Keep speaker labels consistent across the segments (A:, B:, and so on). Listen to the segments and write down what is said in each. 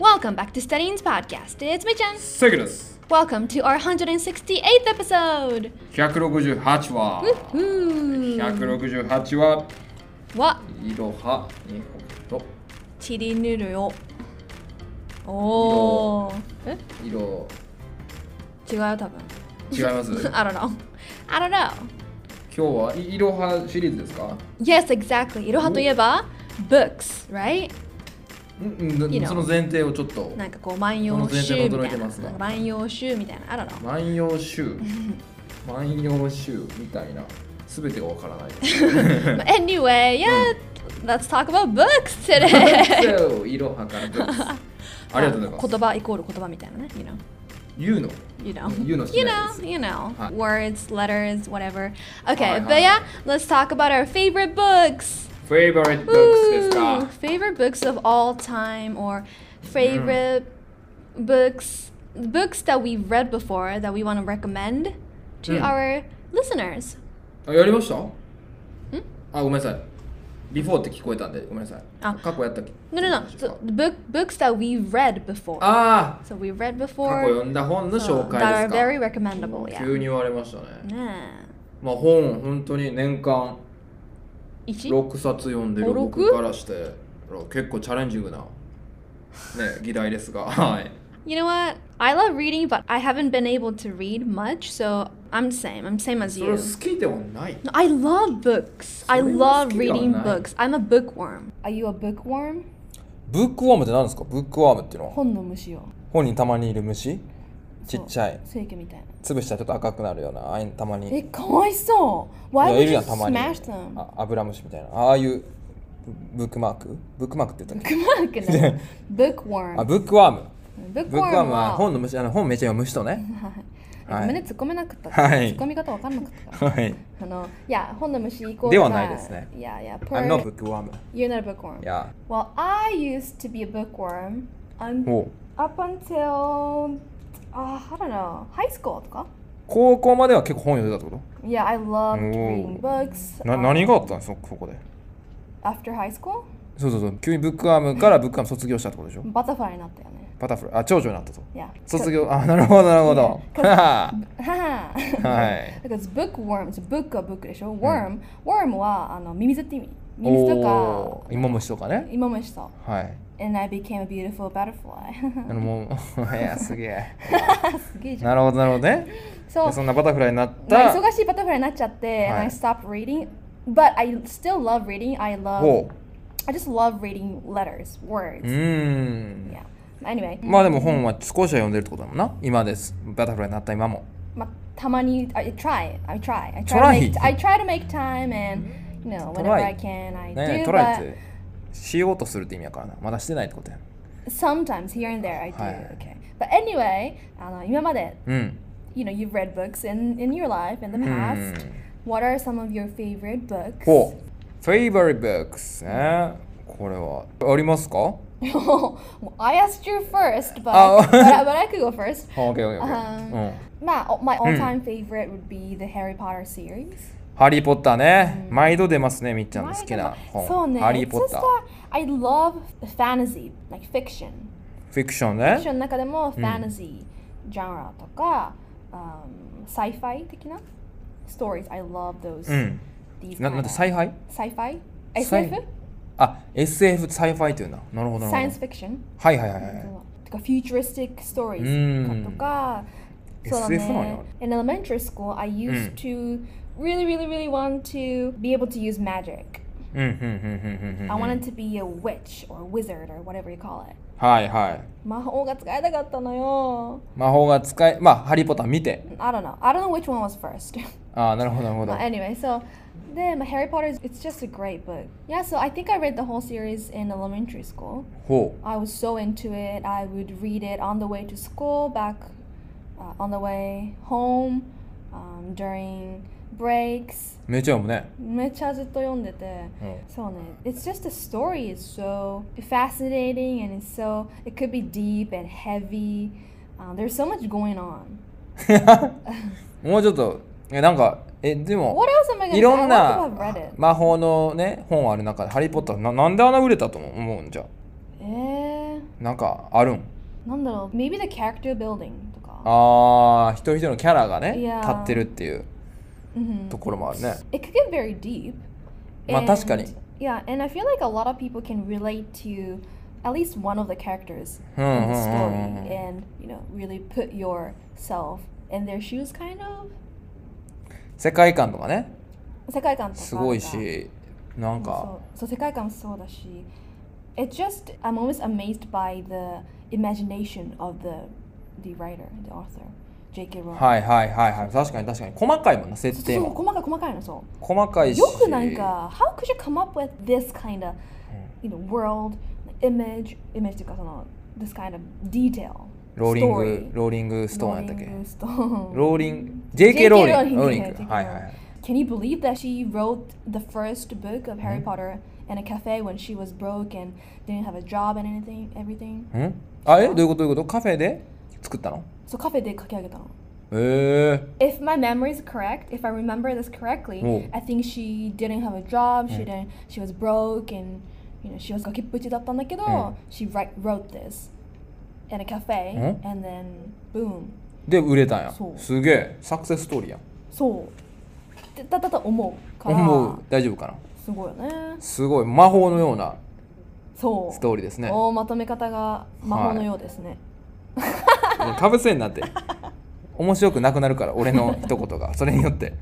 A: Welcome back to Studying's podcast. It's Michan.
B: セグです。
A: Welcome to our 168th episode.
B: 168話。168話。
A: わ、
B: いろは、日本と。
A: チリヌルよ。おー。え
B: いろ。
A: 違うよ、多分。
B: 違い ます。今
A: I don't know. I don't know.
B: 日はいいろはシリーズですか。
A: Yes, exactly. いろはといえば、books, right?
B: うん、うん
A: You know
B: その前提をちょっと。
A: なんかこう、万葉集みた
B: この前提も驚い
A: い
B: て
A: な。
B: ますね
A: 万葉集みたいな。I don't know.
B: 万葉集。万葉集みたいな。すべてがわから ない。
A: But anyway, yeah,
B: Mm.
A: let's talk about books today.
B: そういろはからです。 ありがとうございます。
A: 言葉イコール言葉みたいなね。You know.
B: 言うの。
A: you know,
B: You know,
A: you know,
B: yes.
A: you know,
B: Huh.
A: words, letters, whatever. Okay,
B: Alright,
A: but
B: alright.
A: yeah, let's talk about our favorite books.
B: favorite
A: Ooh,
B: books ですか。
A: favorite books of all time or favorite
B: Mm.
A: books, books that we've read before that we want to recommend to
B: Mm.
A: our listeners.
B: あやりましたあ、ごめんなさい。before って聞こえたんで、ごめんなさい。
A: あ
B: 過去やったっけ
A: No, no, no. So, the book books that we've read before.
B: Ah. ああ
A: so we read
B: 過去
A: before
B: 読んだ本の
A: uh,
B: 紹
A: that
B: 介
A: are
B: です
A: very recommendable.
B: か
A: Yeah.
B: 急に言われましたね。
A: ね
B: まあ本、本当に年間
A: え一
B: 6冊読んで
A: お
B: る
A: 六
B: 僕からして、結構チャレンジング な、ね、議題ですが、はい。
A: You know what? I love reading, but I haven't been able to read much, so I'm the same. I'm same as
B: それ
A: you.
B: 好きではない
A: No, I love books. I
B: So you're
A: love
B: scared
A: reading
B: online.
A: books. I'm a bookworm. Are you a bookworm?
C: ブックワームって何ですかブックワームっていうのは
A: 本の虫を
C: 本にたまにいる虫ちっちゃい
A: 清家みたいな。
C: 潰したらちょっと赤くなるようなああいうたまに
A: え、かわいそう。Why
C: いや
A: would
C: いる
A: you
C: やんたまに
A: smash them?
C: あアブラムシみたいなああいうブックマークブックマークって言ったっけ
A: クマークね。bookworm
C: あ。ブックワームブックワー
A: bookworm
C: ムは
A: は。
C: 本の虫あの本めっちゃ読む人ね
A: ごめんね、突っ込めなかった。
C: はい
A: 突っ込み方わかんなかったから。
C: はい
A: あの、いや、本の虫イコール。
C: ではないですね。
A: いやいや、
C: I'm not
A: per.
C: bookworm
A: You're not a bookworm.
C: いや
A: Well, I used to be a bookworm un-
C: お
A: up until, uh, I don't know, high school とか
C: 高校までは結構本読んでたってこ
A: Yeah, I loved reading
C: おー
A: books.
C: とな
A: um,
C: 何があったんですかそこで
A: After high school,
C: そうそうそう急にブックワームからブックワーム卒業したってことでしょ
A: バタフライになったよね。
C: バタフライあ長女になったと
A: Yeah.
C: 卒業あなるほどなるほど
A: はは。
C: はい。
A: Because bookworms, book は book でしょ ?worm, worm はあのミミズって意味。ミミズと
C: おー芋虫と
A: か、
C: かね。
A: 今もした。
C: はい。
A: And I became a beautiful butterfly.
C: あのもう いやすげ
A: すげえ
C: え。
A: じゃん。
C: なるほどなるほどね。
A: そう
C: で。そんなバタフライになっ
A: まあ
C: た。
A: 忙しいバタフライになっちゃって、and
C: はい
A: I stopped reading. But I still love reading. I love.
C: おう。
A: I just love reading letters,
C: う
A: words.
C: ーん。
A: Yeah. Anyway.
C: まあでも本は少しは読んでるってことだもんな。今です。バタフライになった今も。
A: まあ、たまに、I try. I try. I try,
C: Try.
A: To make, I try to make time and, you know, whenever
C: Try.
A: I can, I
C: ねえ、
A: do.
C: トライっ
A: but
C: てしようとするって意味やからな。まだしてないってことや。
A: sometimes here and there I do.
C: はいはい
A: Okay. But anyway, あの今まで、
C: うん。
A: you know, you've read books in, in your life, in the
C: う
A: past.
C: ん。
A: What are some of your favorite books?
C: ほう。Favorite books ね。これはありますか
A: well, I asked you first, but,
C: Oh.
A: but, I, but I could go first.
C: あ ?OK、OK、
A: Um,
C: OK。うん。
A: まあ、my
C: Hmm.
A: all-time favorite would be the Harry Potter series.
C: ハリー・ポッターね、毎度出ますね、みっちゃんの好きな本。
A: そうね。
C: ハリー・ポッ
A: It's
C: ター
A: just。a- I love fantasy, like fiction.
C: フィクション
A: フィクショ
C: ね。
A: ンの中でもファンタジー、ジャンラとか、um, サイファイ的な stories. I love those.
C: うん。
A: These Eh,
C: ななんて、采配
A: サイファイ
C: サイ
A: ?SF?
C: あ、SF サイファイっていうんだ。なるほど、なる
A: Science
C: ほ
A: fiction?
C: ど。はいはいはいはい。
A: とか、futuristic
C: う
A: stories
C: ん
A: とか、そうだ
C: SF なんや
A: ね。In elementary school, I used to really, really, really want to be able to use magic.
C: うん、うん、うん、うん、うん。
A: I wanted to be a witch or wizard or whatever you call it.
C: はいはい。
A: 魔法が使えなかったのよ。
C: 魔法が使え、まあ、ハリー・ポッター見て。
A: I don't know. I don't know which one was first.
C: あーなるほど、なるほど
A: But。anyway, so then Harry Potter, it's just a great book. Yeah, so I think I read the whole series in elementary school.
C: ほ
A: I was so into it. I would read it on the way to school, back uh, on the way home, um, during breaks.
C: う。めっちゃ読 むね。
A: めっちゃずっと読んでて、そうね。It's just the story is so fascinating and it's so it could be deep and heavy. Um, there's so much going on.
C: もうちょっと、え、なんか、え、でも
A: What、else am I gonna
C: いろん
A: say? I want
C: な
A: to have read it.
C: 魔法のね、本ある中で、ハリー・ポッター、ななんであんな売れたと思う思うんじゃあ。
A: えー、
C: なんかあるん
A: なんだろう Eh, Maybe the character building と
C: Ah,
A: か
C: ああ一人一人のキャラがね
A: いやー
C: 立ってるっていう
A: うん
C: ところもあるね
A: Mm-hmm. It could get very deep
C: まあ
A: And-
C: 確かに
A: Yeah and I feel like a lot of people can relate to at least one of the characters
C: うんう
A: in
C: ん
A: the
C: うん
A: story
C: うん
A: and you know really put yourself in their shoes kind of
C: 世界観とかね
A: 世界観とか
C: すごいしなんか
A: そうそう世界観もそうだし It just I'm always amazed by the imagination of the the writer the author J.K. Rowling
C: はいはいはいはい確かに確かに細かいもんな設
A: そう
C: 定
A: そう細
C: も
A: かい細かいのそう
C: 細かいし
A: よくなんか、How could you come up with this kind of you know, world, image, image というかその、this kind of detail?
C: ローリン
A: story
C: グローリングストーンやったっけ
A: Rolling Stone.
C: ローリング JK ローリ
A: JK
C: ング
A: ロ
C: ロ
A: ー
C: ー
A: リ
C: リ
A: ング
C: ング
A: JK
C: はいはいはい
A: Can you believe that she wrote the first book of
C: Mm-hmm.
A: Harry Potter in a cafe when she was broke and didn't have a job and anything, everything?
C: んあえどういうことどういうことカフェで作ったの
A: そうカフェで書き上げたの。
C: へ
A: If my memory is correct, if I remember this correctly,
C: おう。
A: I think she didn't have a job, she didn't, she was broke and you know, she was 崖っぷちだったんだけど、she write, wrote this in a cafe
C: うん
A: and then boom.
C: えで売れたんや
A: そう
C: すげえサクセスストーリーやん
A: そう。だだと思うから。
C: 思う大丈夫かな
A: すごいよね。
C: すごい魔法のような
A: そう。
C: ストーリーですね
A: おーまとめ方が魔法のようですね。
C: かぶせんな って面白くなくなるから俺の一言がそれによって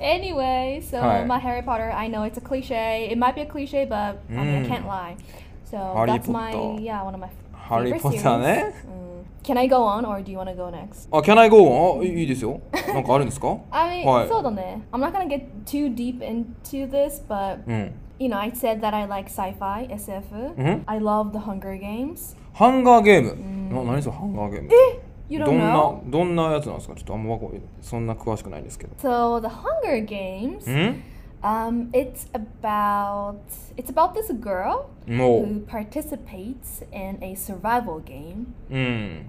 A: Anyway, so
C: はい
A: my Harry Potter, I know it's a cliche. It might be a cliche, but I, mean, I can't lie. So
C: ハリー
A: that's my
C: ポッター
A: yeah one of my
C: ハリ
A: favorite
C: ー・ポッタ
A: series.
C: ーね
A: Mm. Can I go on or do you want to go next?
C: あ Can I go on? あいいですよなんかあるんですか
A: I mean,
C: はい
A: i I'm not gonna get too deep into this, but
C: うん
A: you know, I said that I like sci-fi, SF.
C: Mhm.
A: I love The Hunger Games. Eh,
C: ハンガーゲームな何それハンガーゲームえ
A: You
C: ど
A: don't
C: ん
A: know?
C: などんなやつなんですかちょっとあんまわかそんな詳しくないですけど
A: So The Hunger Games,
C: ん
A: um, it's about it's about this girl
C: も
A: who participates in a survival game.
C: ううん、
A: Um,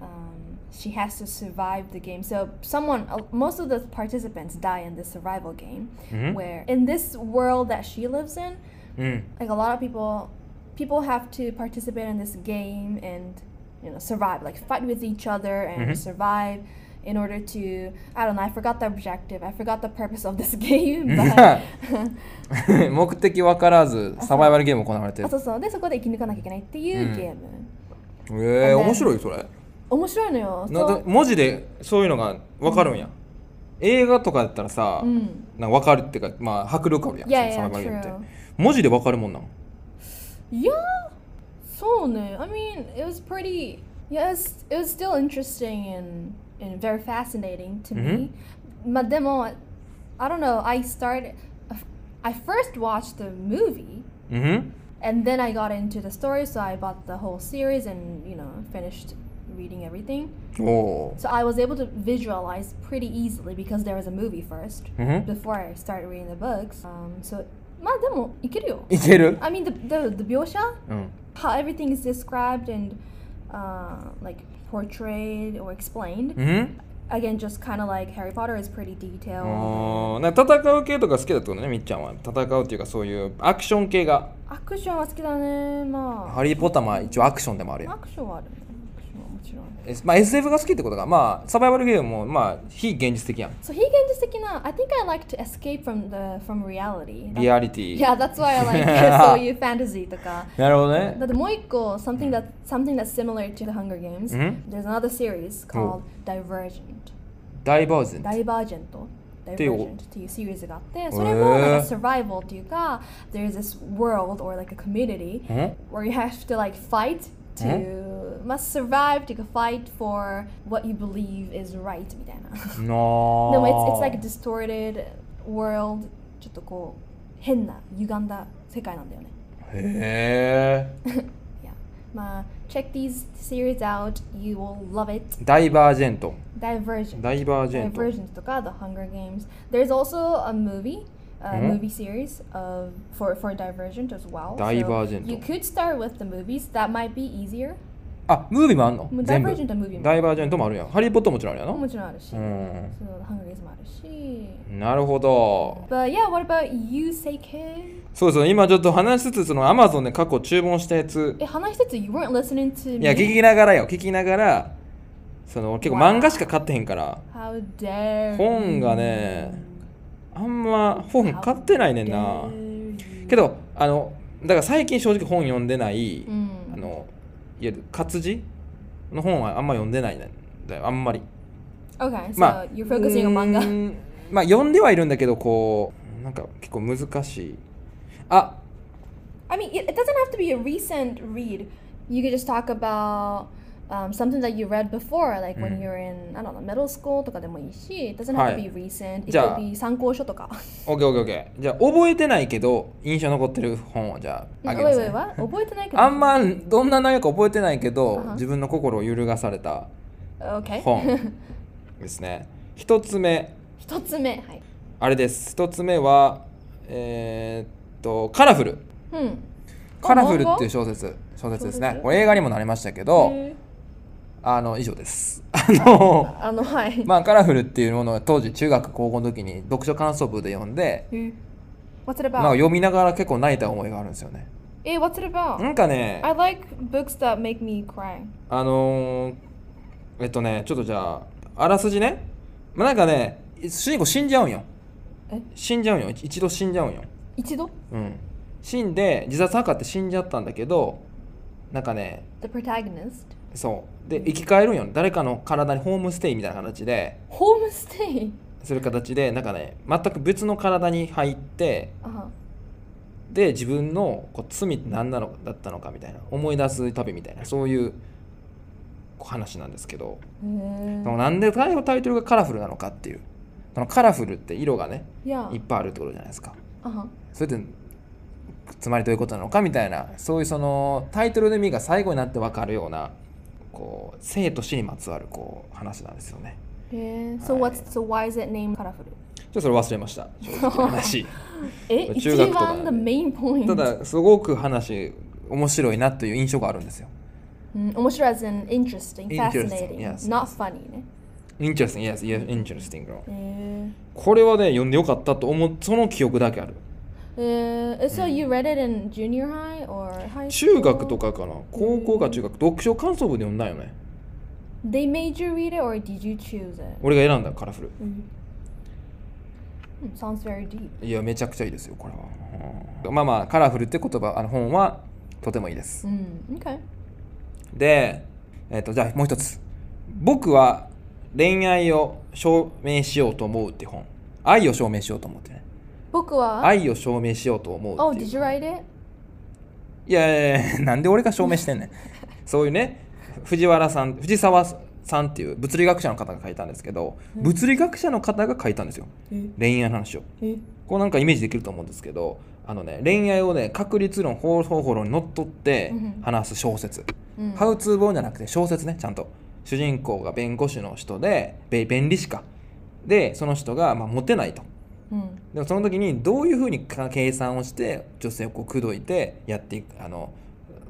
A: she has to survive the game. So someone, uh, most of the participants die in this survival game,
C: Hmm?
A: where in this world that she lives in,
C: うん、
A: like a lot of people, people have to participate in this game and you know survive, like fight with each other and survive in order to I don't know. I forgot the objective. I forgot the purpose of this game. But
C: 目的分からずサバイバルゲーム行われてる
A: そうそうでそこで生き抜かなきゃいけないっていうゲーム。あね
C: えー、面白いそれ
A: 面白いのよ。
C: な
A: そ
C: だ
A: う
C: 文字でそういうのが分かるんや、映画とかだったらさ、
A: ん
C: なんか分かるっていうか、まあ、迫力あるやん
A: Yeah,
C: そのサバイバルゲーム
A: yeah,
C: って文字で分かるもんなん
A: いやそうね。I mean, it was pretty. Yes, it was still interesting and and very fascinating to me. まあでも、I don't know. I started. I first watched the movie.
C: うん
A: And then I got into the story, so I bought the whole series and, you know, finished reading everything.
C: おお
A: So I was able to visualize pretty easily because there was a movie first
C: うん
A: before I started reading the books. Um, so, まあでもいける よ。
C: いける
A: I mean, the, the, the 描写
C: うん
A: how everything is described and uh, like portrayed or explained.
C: うん、
A: Again, just kind of like Harry Potter is pretty detailed. Oh.
C: あーなんか戦う系とか好きだってことねみっちゃんは戦うっていうかそういうアクション系が
A: アクションは好きだね。ま
C: ハリー・ポッターも一応アクションでもある
A: あ、
C: やん
A: アクションはあるね。アクションはもちろん。
C: えまあ、SF が好きってことがまあサバイバルゲームもまあ非現実的やん
A: So 非現実的な I think I like to escape from the from reality.
C: リアリティ
A: Yeah, that's why I like そういう fantasy とか。
C: なるほどね
A: だってもう一個 something that something that's similar to the Hunger Games.
C: ん
A: There's another series called Divergent.
C: ダイバージント
A: ダイバージェント。ダイバ
C: ていう
A: ージェントっていうシリーズがあって、それもなんか survival っていうか、there's this world or like a community
C: うん
A: where you have to like fight to must survive to fight for what you believe is right みたいな。
C: な
A: でも、it's, it's
C: あ
A: like a distorted world ちょっとこう変な歪んだ世界なんだよね。
C: へえ
A: Yeah. まあ、check these series out. You will love it.
C: ダイバージェント
A: Divergent.
C: ダイバージェント
A: Divergent とか The Hunger Games. There's also a movie. A movie series of for for Divergent as well. So
C: ダイバージェント
A: you could start with the movies. That might be easier.
C: ああムービーもあんの
A: もうダイ
C: 全
A: バ
C: 部
A: ージェントムービーも
C: ダイバージェントもあるやんハリー・ポッターもちろんあるや
A: も
C: ろ
A: ちろんあるし、
C: うん
A: そのハングリーズもあるし。
C: なるほど
A: But yeah, what about you, Seike?
C: そうそう今ちょっと話しつつそのアマゾンで過去注文したやつ
A: え、話しつつ、you Eh, weren't listening to me.
C: いや聞きながらよ聞きながらその結構漫画しか買ってへんから
A: How dare
C: 本がねあんま本買ってないねんな
A: you.
C: けどあのだから最近正直本読んでない、
A: うん。
C: あのいわゆる活字の本はあんま読んでないんだよあんまり
A: Okay, so
C: まあ
A: you're focusing on
C: うー
A: manga.
C: んまあ読んではいるんだけどこうなんか結構難しいあ
A: I mean, it, it doesn't have to be a recent read. You could just talk about um, something that you read before, like when
C: Mm.
A: you're in, I don't know, middle school とかでもいいし、it doesn't have to
C: はい
A: be recent. It
C: じゃ
A: could
C: あ
A: be 参考書 とか。Oh,
C: オッケーオッケーオッケーじゃあ覚えてないけど印象残ってる本をじゃああげます、ね、
A: wait, wait, what? 覚えてないけど。
C: あんまどんな内容か覚えてないけど、
A: Uh-huh.
C: 自分の心を揺るがされた
A: Okay.
C: 本ですね一つ目
A: 一つ目。はい。
C: あれです一つ目はえーっと「カラフル」
A: うん。
C: 「カラフル」
A: 漫画
C: っていう小説小説です
A: 小
C: ね
A: 説
C: これ映画にもなりましたけど
A: へー
C: あの以上です あの
A: あの、 はい。
C: まあ「カラフル」っていうものを当時中学高校の時に読書感想部で読んで
A: えー What's it
C: なんか
A: about?
C: 読みながら結構泣いた思いがあるんですよね
A: えー、What's it about?
C: なんかね
A: I like books that make me cry.
C: あのー、えっとねちょっとじゃああらすじね、まあ、なんかね主人公死んじゃうんよ
A: え
C: 死んじゃうんよ一一度死んじゃうんよ、
A: 一度
C: うん、死んで自殺図って死んじゃったんだけどなんかね
A: The protagonist.
C: そうで生き返るんよ誰かの体にホームステイみたいな形で
A: Home stay.
C: する形でなんかね全く別の体に入って
A: あは
C: で自分のこう罪って何なのだったのかみたいな思い出す旅みたいなそういうこう話なんですけど。
A: へー
C: そのなんでタイトルがカラフルなのかっていうそのカラフルって色がね
A: いや
C: いっ、ぱいあるってことじゃないですか
A: あは
C: それってつまりどういうことなのかみたいなそういうそのタイトルの意味が最後になって分かるようなこう生と死にまつわるこう話なんですよね
A: へー So
C: はい
A: what's so why is it named colorful?
C: ちょっとそれ忘れました正直な話
A: え、一
C: 中学とか
A: 番 the main point.
C: ただすごく話面白いなという印象があるんですよ
A: うん、面白い Mm, as in interesting,
C: Interesting,
A: fascinating,
C: yes,
A: not funny ね。
C: interesting yes yes interesting
A: へ
C: これはね読んでよかったと思うその記憶だけある
A: ーえー、So Uh, you read it in junior high or high school?
C: 中学とかかな高校か中学読書感想文で読んだよね
A: They made you read it or did you choose it?
C: 俺が選んだカラフル
A: うん、うん Hmm, Sounds very deep.
C: いやめちゃくちゃいいですよこれは、うんまあまあカラフルって言葉あの本はとてもいいです
A: うん、Okay.
C: で、えっとじゃあもう一つ僕は恋愛を証明しようと思うって本愛を証明しようと思うってね
A: 僕は、
C: 愛を証明しようと思
A: Oh,
C: うってい
A: did
C: う
A: you write it?
C: いやいやいやなんで俺が証 明してんねんそういうね藤原さん藤沢さんっていう物理学者の方が書いたんですけど、物理学者の方が書いたんですよ
A: え
C: 恋愛の話を
A: え
C: こうなんかイメージできると思うんですけどあのね恋愛をね確率論方法論にのっとって
A: うんうん
C: 話す小説、
A: うん
C: ハウツー本じゃなくて小説ねちゃんと主人公が弁護士の人でべ弁理士かでその人が、まあ、モテないと
A: うん
C: でもその時にどういうふうにか計算をして女性をこう口説いてやっていくあの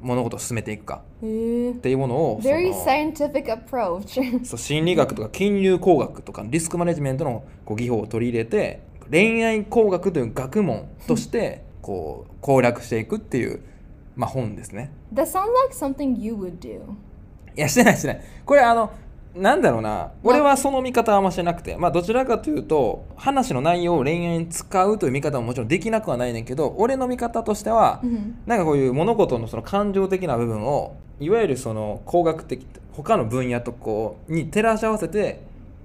C: 物事を進めていくか
A: えー
C: っていうものをそ
A: Very
C: の
A: scientific approach.
C: そう心理学とか金融工学とかリスクマネジメントのこう技法を取り入れて恋愛工学という学問 としてこう攻略していくっていう、まあ、本ですね。
A: That sounds like something you would do.
C: いやしてないしてないこれあのなんだろうな俺はその見方はあんましてなくてまあどちらかというと話の内容を恋愛に使うという見方ももちろんできなくはないねんけど俺の見方としては、
A: うん
C: なんかこういう物事のその感情的な部分をいわゆるその工学的他の分野とこうに照らし合わせて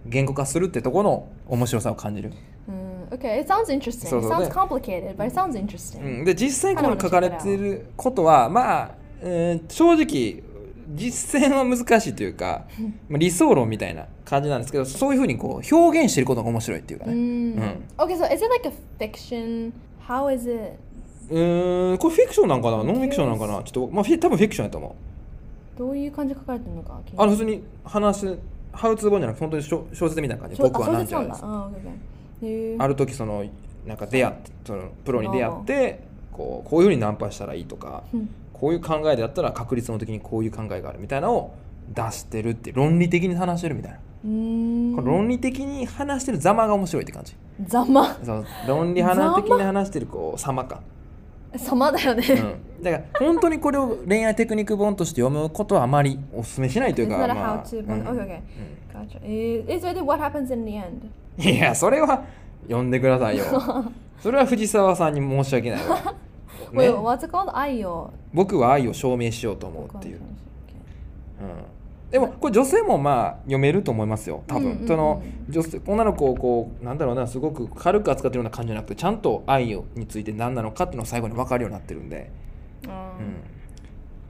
C: 言語化するってところの面白さを感じる、
A: うん Mm, Okay, it sounds interesting.
C: そう
A: It
C: そう
A: sounds
C: で
A: complicated, but it
C: Mm.
A: sounds
C: う
A: interesting.
C: ん、で実際これ書かれてることはまあ、えー正直実践は難しいという か、まあ、理想論みたいな感じなんですけどそういうふうにこう表現してることが面白いっていうかねう
A: Mm.
C: ん
A: Okay, so is it like a fiction? How is it?
C: うーんこれフィクションなんかなノンフィクションなんかなちょっと、まあ、フィ多分フィクションやと思う
A: どういう感じで書かれてるのか気に
C: あの普通に話すハウツー本じゃなくて本当に小小説みたいな感じ
A: しょ
C: で僕
A: あ小
C: はなん
A: 説
C: ちゃ
A: な
C: ら
A: ん
C: で
A: だ。あ
C: す
A: OK, OK. へー
C: ある時そのなんか出会ってそのプロに出会ってこうこういうふうにナンパしたらいいとか
A: うん
C: こういう考えであったら確率の時にこういう考えがあるみたいなのを出してるって論理的に話してるみたいな、
A: うーん
C: この論理的に話してるざまが面白いって感じ
A: ざま
C: その論理派的に話してるこう様か、
A: ざまだよね、
C: うん、だから本当にこれを恋愛テクニック本として読むことはあまりお勧めしないという
A: It's
C: か
A: not a
C: まあ
A: how to
C: うん
A: one. Okay, okay. Gotcha. Eh, eh, so then what happens in the end?
C: いやそれは読んでくださいよそれは藤沢さんに申し訳ない わ、ね
A: Wait, what's it called? 愛を。
C: 僕は愛を証明しようと思うっていう、うん、でもこれ女性もまあ読めると思いますよ多分、
A: うんうんうん
C: その女性女の子をこうなんだろうなすごく軽く扱ってるような感じじゃなくてちゃんと愛をについて何なのかっていうのを最後に分かるようになってるんで、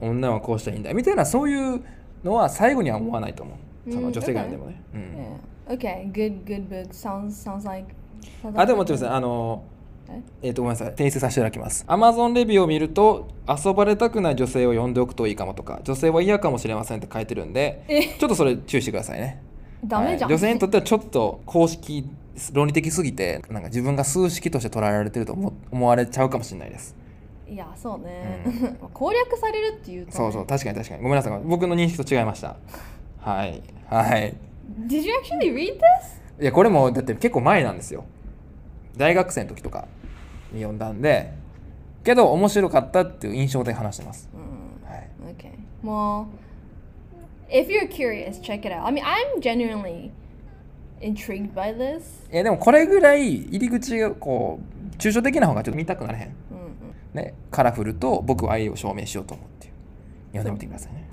C: うん、女はこうしたらいいんだみたいなそういうのは最後には思わないと思うその女性が読んでもね、うん
A: Yeah. Okay, good, good book. Sounds sounds like. sounds
C: あ
A: like
C: でも待っ
A: good.
C: てくださいあの
A: え
C: えっ、とごめんなさい訂正させていただきます Amazon レビューを見ると遊ばれたくない女性を呼んでおくといいかもとか女性は嫌かもしれませんって書いてるんでちょっとそれ注意してくださいね
A: ダメじゃん。
C: はい女性にとってはちょっと公式論理的すぎてなんか自分が数式として捉えられてると思思われちゃうかもしれないです
A: いや、そうね。 攻略されるっていうとね。
C: そうそう確かに確かにごめんなさい僕の認識と違いましたはいはい
A: Did you actually read this?
C: いやこれもだって結構前なんですよ大学生の時とかに読んだんでけど面白かったっていう印象で話してます、
A: うん
C: はい、
A: Okay. Well, if you're curious, check it out. I mean, I'm genuinely intrigued by this.
C: いやでもこれぐらい入り口がこう抽象的な方がちょっと見たくなれへん
A: うんうん。
C: ねカラフルと僕は愛を証明しようと思うっていう読んでみてくださいね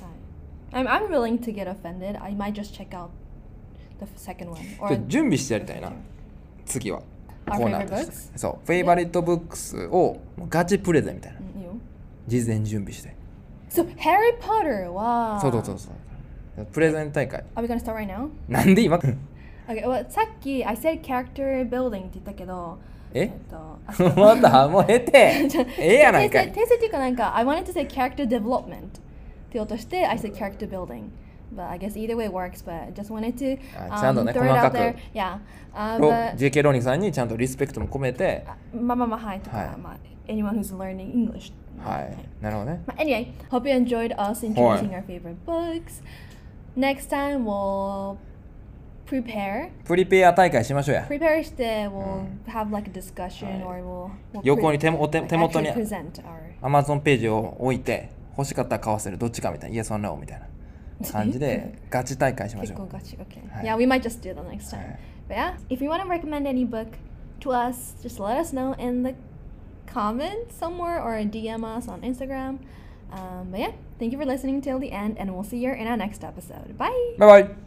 A: はい I'm I'm willing to get offended. I might just check out the second one.
C: ち
A: Or
C: ょっと準備してやりたいな次は
A: Our
C: コーナーと
A: favorite
C: してそうフェイバリットブックスをもうガチプレゼンみたいな
A: Mm, you.
C: 事前準備して
A: So Harry Potter. Wow.
C: そうそうそうそうプレゼン大会
A: Are we gonna start right now?
C: なん で今
A: Okay. Well, さっき I said character building って言ったけど。
C: え
A: っと。あ
C: またもうええてええやないか
A: 訂
C: い
A: 正訂正っていうかなんか I wanted to say character development って言おうとして I said character building。But I guess either way works, but I just wanted to
C: あちゃんとね
A: um, throw it
C: 細か
A: out
C: く
A: there. Yeah. Uh,
C: ロ
A: but-
C: JK ローリングさんにちゃんとリスペクトも込めて
A: まあまあまあはいとか、
C: はい
A: まあ anyone who's learning English
C: はいなるほどね
A: まあ anyway hope you enjoyed us introducing our favorite books next time we'll prepare
C: プリペア大会しましょうや
A: prepare して we'll have like a discussion or we'll, we'll
C: 横に手もお手
A: like
C: 手元に
A: actually present our
C: Amazon ページを置いて欲しかったら買わせるどっちかみたいな Yes or No みたいな感 じでガチ大会しまし
A: 結
C: ょ
A: 構
C: う
A: ガチ okay
C: はい
A: yeah we might just do that next
C: は
A: time
C: い
A: but yeah if you want to recommend any book to us just let us know in the comments somewhere or DM us on Instagram um, but yeah thank you for listening till the end and we'll see you in our next episode bye
C: バイバイ